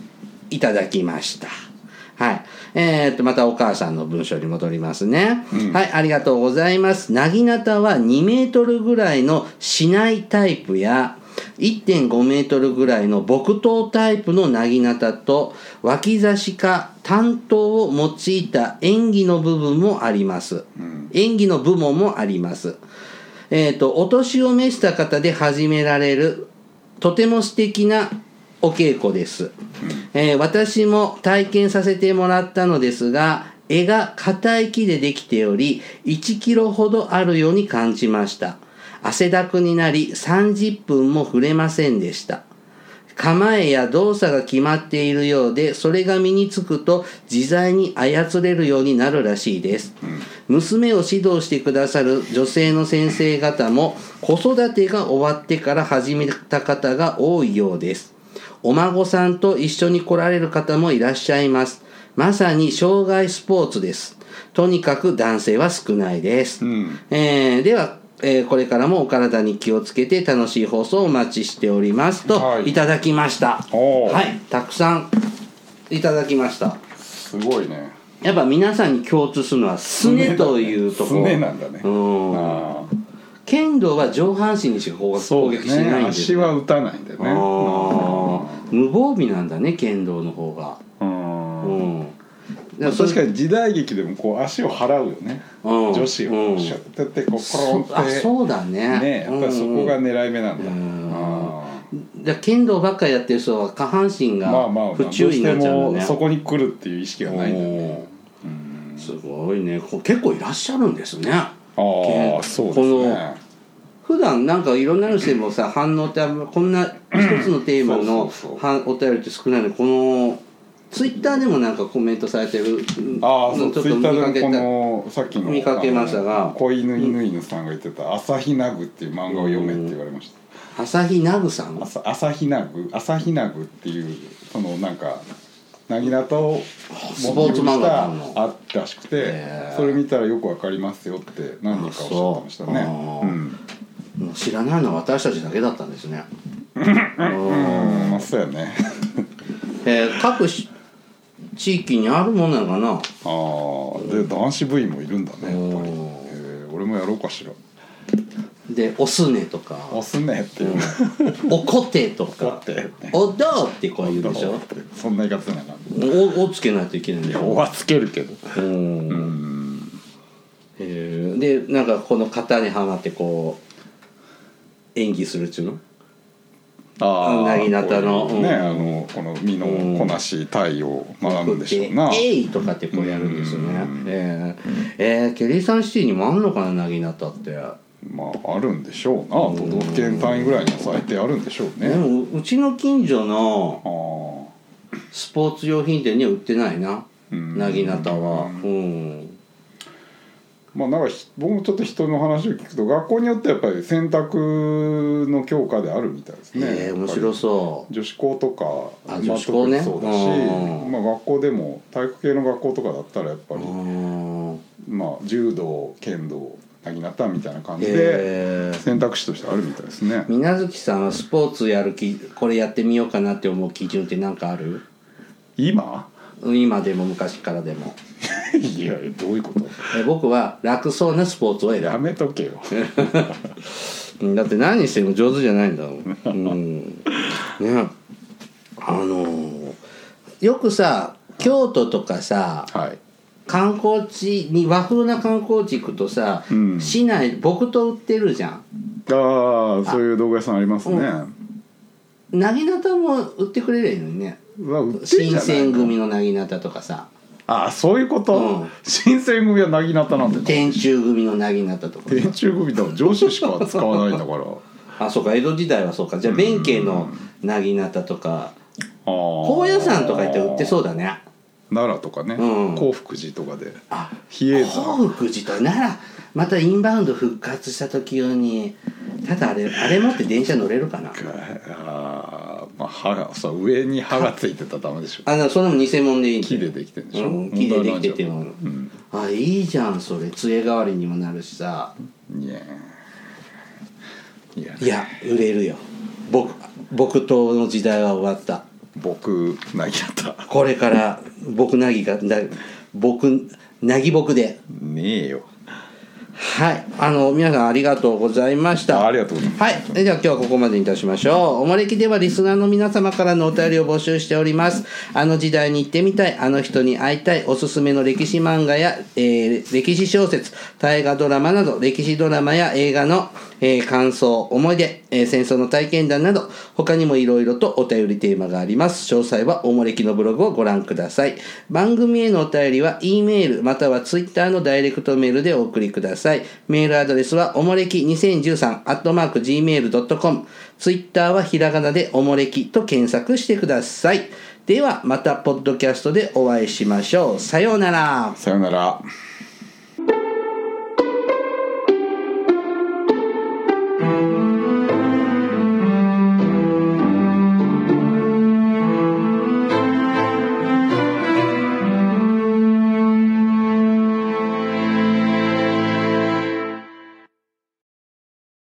S1: いただきました。はい。えっと、またお母さんの文章に戻りますね。はい、ありがとうございます。なぎなたは2メートルぐらいのしないタイプや、1.5メートルぐらいの木刀タイプのなぎなたと脇差しか担当を用いた演技の部分もあります、演技の部門もありますえっ、とお年を召した方で始められるとても素敵なお稽古です、えー私も体験させてもらったのですが絵が硬い木でできており1キロほどあるように感じました汗だくになり30分も触れませんでした構えや動作が決まっているようでそれが身につくと自在に操れるようになるらしいです、娘を指導してくださる女性の先生方も子育てが終わってから始めた方が多いようですお孫さんと一緒に来られる方もいらっしゃいますまさに障害スポーツですとにかく男性は少ないです、えーでは、えーこれからもお体に気をつけて楽しい放送をお待ちしておりますと、
S2: はい
S1: いただきました
S2: おー
S1: はいたくさんいただきました
S2: すごいね
S1: やっぱ皆さんに共通するのはすねというところ
S2: すねなんだね
S1: うん
S2: あ
S1: 剣道は上半身にしかこ
S2: あ
S1: う攻撃し
S2: ね
S1: ないんです
S2: 足
S1: ね
S2: は打たないんだよ
S1: あー
S2: ね
S1: 無防備なんだね剣道の方が
S2: うん
S1: う
S2: うん
S1: ん
S2: まあ確か
S1: に
S2: に時代劇でもこう足を払うよね、
S1: うん
S2: 女子をこうシュッてやってこうコロンって
S1: あそうだね
S2: ねやっぱりそこが狙い目なんだ、
S1: うん
S2: あー
S1: じゃあ剣道ばっかりやってる人は下半身
S2: ま
S1: が
S2: あまあまあど
S1: 不
S2: う
S1: 注意
S2: し
S1: に
S2: て
S1: なっちゃうん
S2: も
S1: だね
S2: そこに来るっていう意識がないんだよね
S1: おーすごいねこ結構いらっしゃるんですね
S2: ああそうですね
S1: 普段なんかいろんなのしてもさ反応ってあんまこんな一つのテーマの
S2: そうそうそう
S1: はお便りって少ないのでこのツイッターでもなんかコメントされてる
S2: あ
S1: の
S2: あそう
S1: ちょっ
S2: ツイ
S1: と
S2: ッ
S1: 見
S2: ター
S1: か
S2: で
S1: けた
S2: もこのさっきの
S1: 見かけましたが
S2: あの子犬犬犬さんが言ってた「朝日ナグ」っていう漫画を読めって言われました
S1: 朝日ナグさん
S2: 朝朝日ナグ朝日ナグっていうそのなんかなぎなたを
S1: スポーツ漫画なの
S2: あったらしくて
S1: へー
S2: それ見たらよくわかりますよって何人かおっしゃってまし
S1: あ
S2: たね
S1: そううんもう知らないのは私たちだけだったんですね、
S2: うんまあそうやね
S1: えー各し地域にあるものなのかな
S2: ああで男子部員もいるんだねやっぱり
S1: おー
S2: へー俺もやろうかしら
S1: で「おすね」と か
S2: 押すねっていう
S1: 「おこて」と
S2: だ
S1: か
S2: って
S1: 「おどう」ってこう言うでしょ
S2: そんな言い方せなあかん
S1: おおつけないといけないんだよ
S2: おはつけるけど
S1: うんへえでなんかこの型にはまってこう演技するっちゅうの
S2: あ
S1: なぎなたの
S2: こういうね
S1: うん
S2: あのこの身のこなし体を学ぶんでしょう
S1: こ
S2: な
S1: うやってえい!」とかってこうやるんですよね
S2: うん
S1: えーえーケリーさんシティにもあんのかななぎなたって
S2: まああるんでしょうな都道府県単位ぐらいには最低あるんでしょう
S1: で
S2: ね
S1: もうちの近所の
S2: ああ
S1: スポーツ用品店には売ってないな
S2: うん
S1: なぎなたはうん
S2: まあなんかひ僕もちょっと人の話を聞くと学校によってやっぱり選択の強化であるみたいですね
S1: ええ面白
S2: う
S1: そう
S2: 女子校とか
S1: あ
S2: まあ
S1: 女子校ね
S2: 特にそうだし
S1: うん
S2: まあ、学校でも体育系の学校とかだったらやっぱり、
S1: うん
S2: まあ、柔道剣道なぎなたみたいな感じで
S1: ええ
S2: 選択肢としてあるみたいですね、
S1: 水無月さんはスポーツやるきこれやってみようかなって思う基準って何かある
S2: 今
S1: 今でも昔からでも
S2: いやどういうこと
S1: え僕は楽そうなスポーツを選ぶ
S2: やめとけよ
S1: うんだって何しても上手じゃないんだもん、うん、ねあのーよくさ京都とかさ
S2: はい
S1: 観光地に和風な観光地行くとさ、
S2: うん
S1: 市内木刀売ってるじゃん
S2: ああそういう道具屋さんありますね、
S1: なぎなたも売ってくれりゃいいのにね
S2: うわ売ってんじ
S1: 新
S2: ゃない
S1: 選
S2: の
S1: 組のなぎなたとかさ
S2: ああそういうこと、
S1: うん
S2: 新選組はなぎなたなんだよ
S1: 天中組のなぎなたとか
S2: 天中組だもん上司しか使わないん だからあ
S1: あそうか江戸時代はそうかじゃあ弁慶のなぎなたとか高
S2: 高
S1: 野山とか行って売ってそううだね
S2: 奈良とかね、
S1: うん
S2: 興福寺とかで
S1: あ
S2: 比叡山
S1: 興福寺とならまたインバウンド復活した時用にただあれあれ持って電車乗れるかな
S2: あーまあ歯がさ上に歯がついてたらダメで しょ
S1: あのそれも偽物でいいんだ
S2: 木でできてんでしょ、
S1: うん木でできてても、
S2: うん
S1: あいいじゃんそれ杖代わりにもなるしさ
S2: いやいや
S1: いや売れるよ僕僕との時代は終わった
S2: 僕なぎなた
S1: これから僕なぎがな僕なぎ僕で
S2: ねえよ
S1: はいあの皆さんありがとうございました
S2: あありがとうございます
S1: はい。では今日はここまでにいたしましょう。おもれきではリスナーの皆様からのお便りを募集しております。あの時代に行ってみたい、あの人に会いたい、おすすめの歴史漫画や、えー歴史小説、大河ドラマなど、歴史ドラマや映画の、えー感想、思い出、えー戦争の体験談など、他にもいろいろとお便りテーマがあります。詳細はおもれきのブログをご覧ください。番組へのお便りは、E メールまたは Twitter のダイレクトメールでお送りください。メールアドレスは、おもれき2013、アットマーク gmail.com。Twitter はひらがなでおもれきと検索してください。では、またポッドキャストでお会いしましょう。さようなら。
S2: さよなら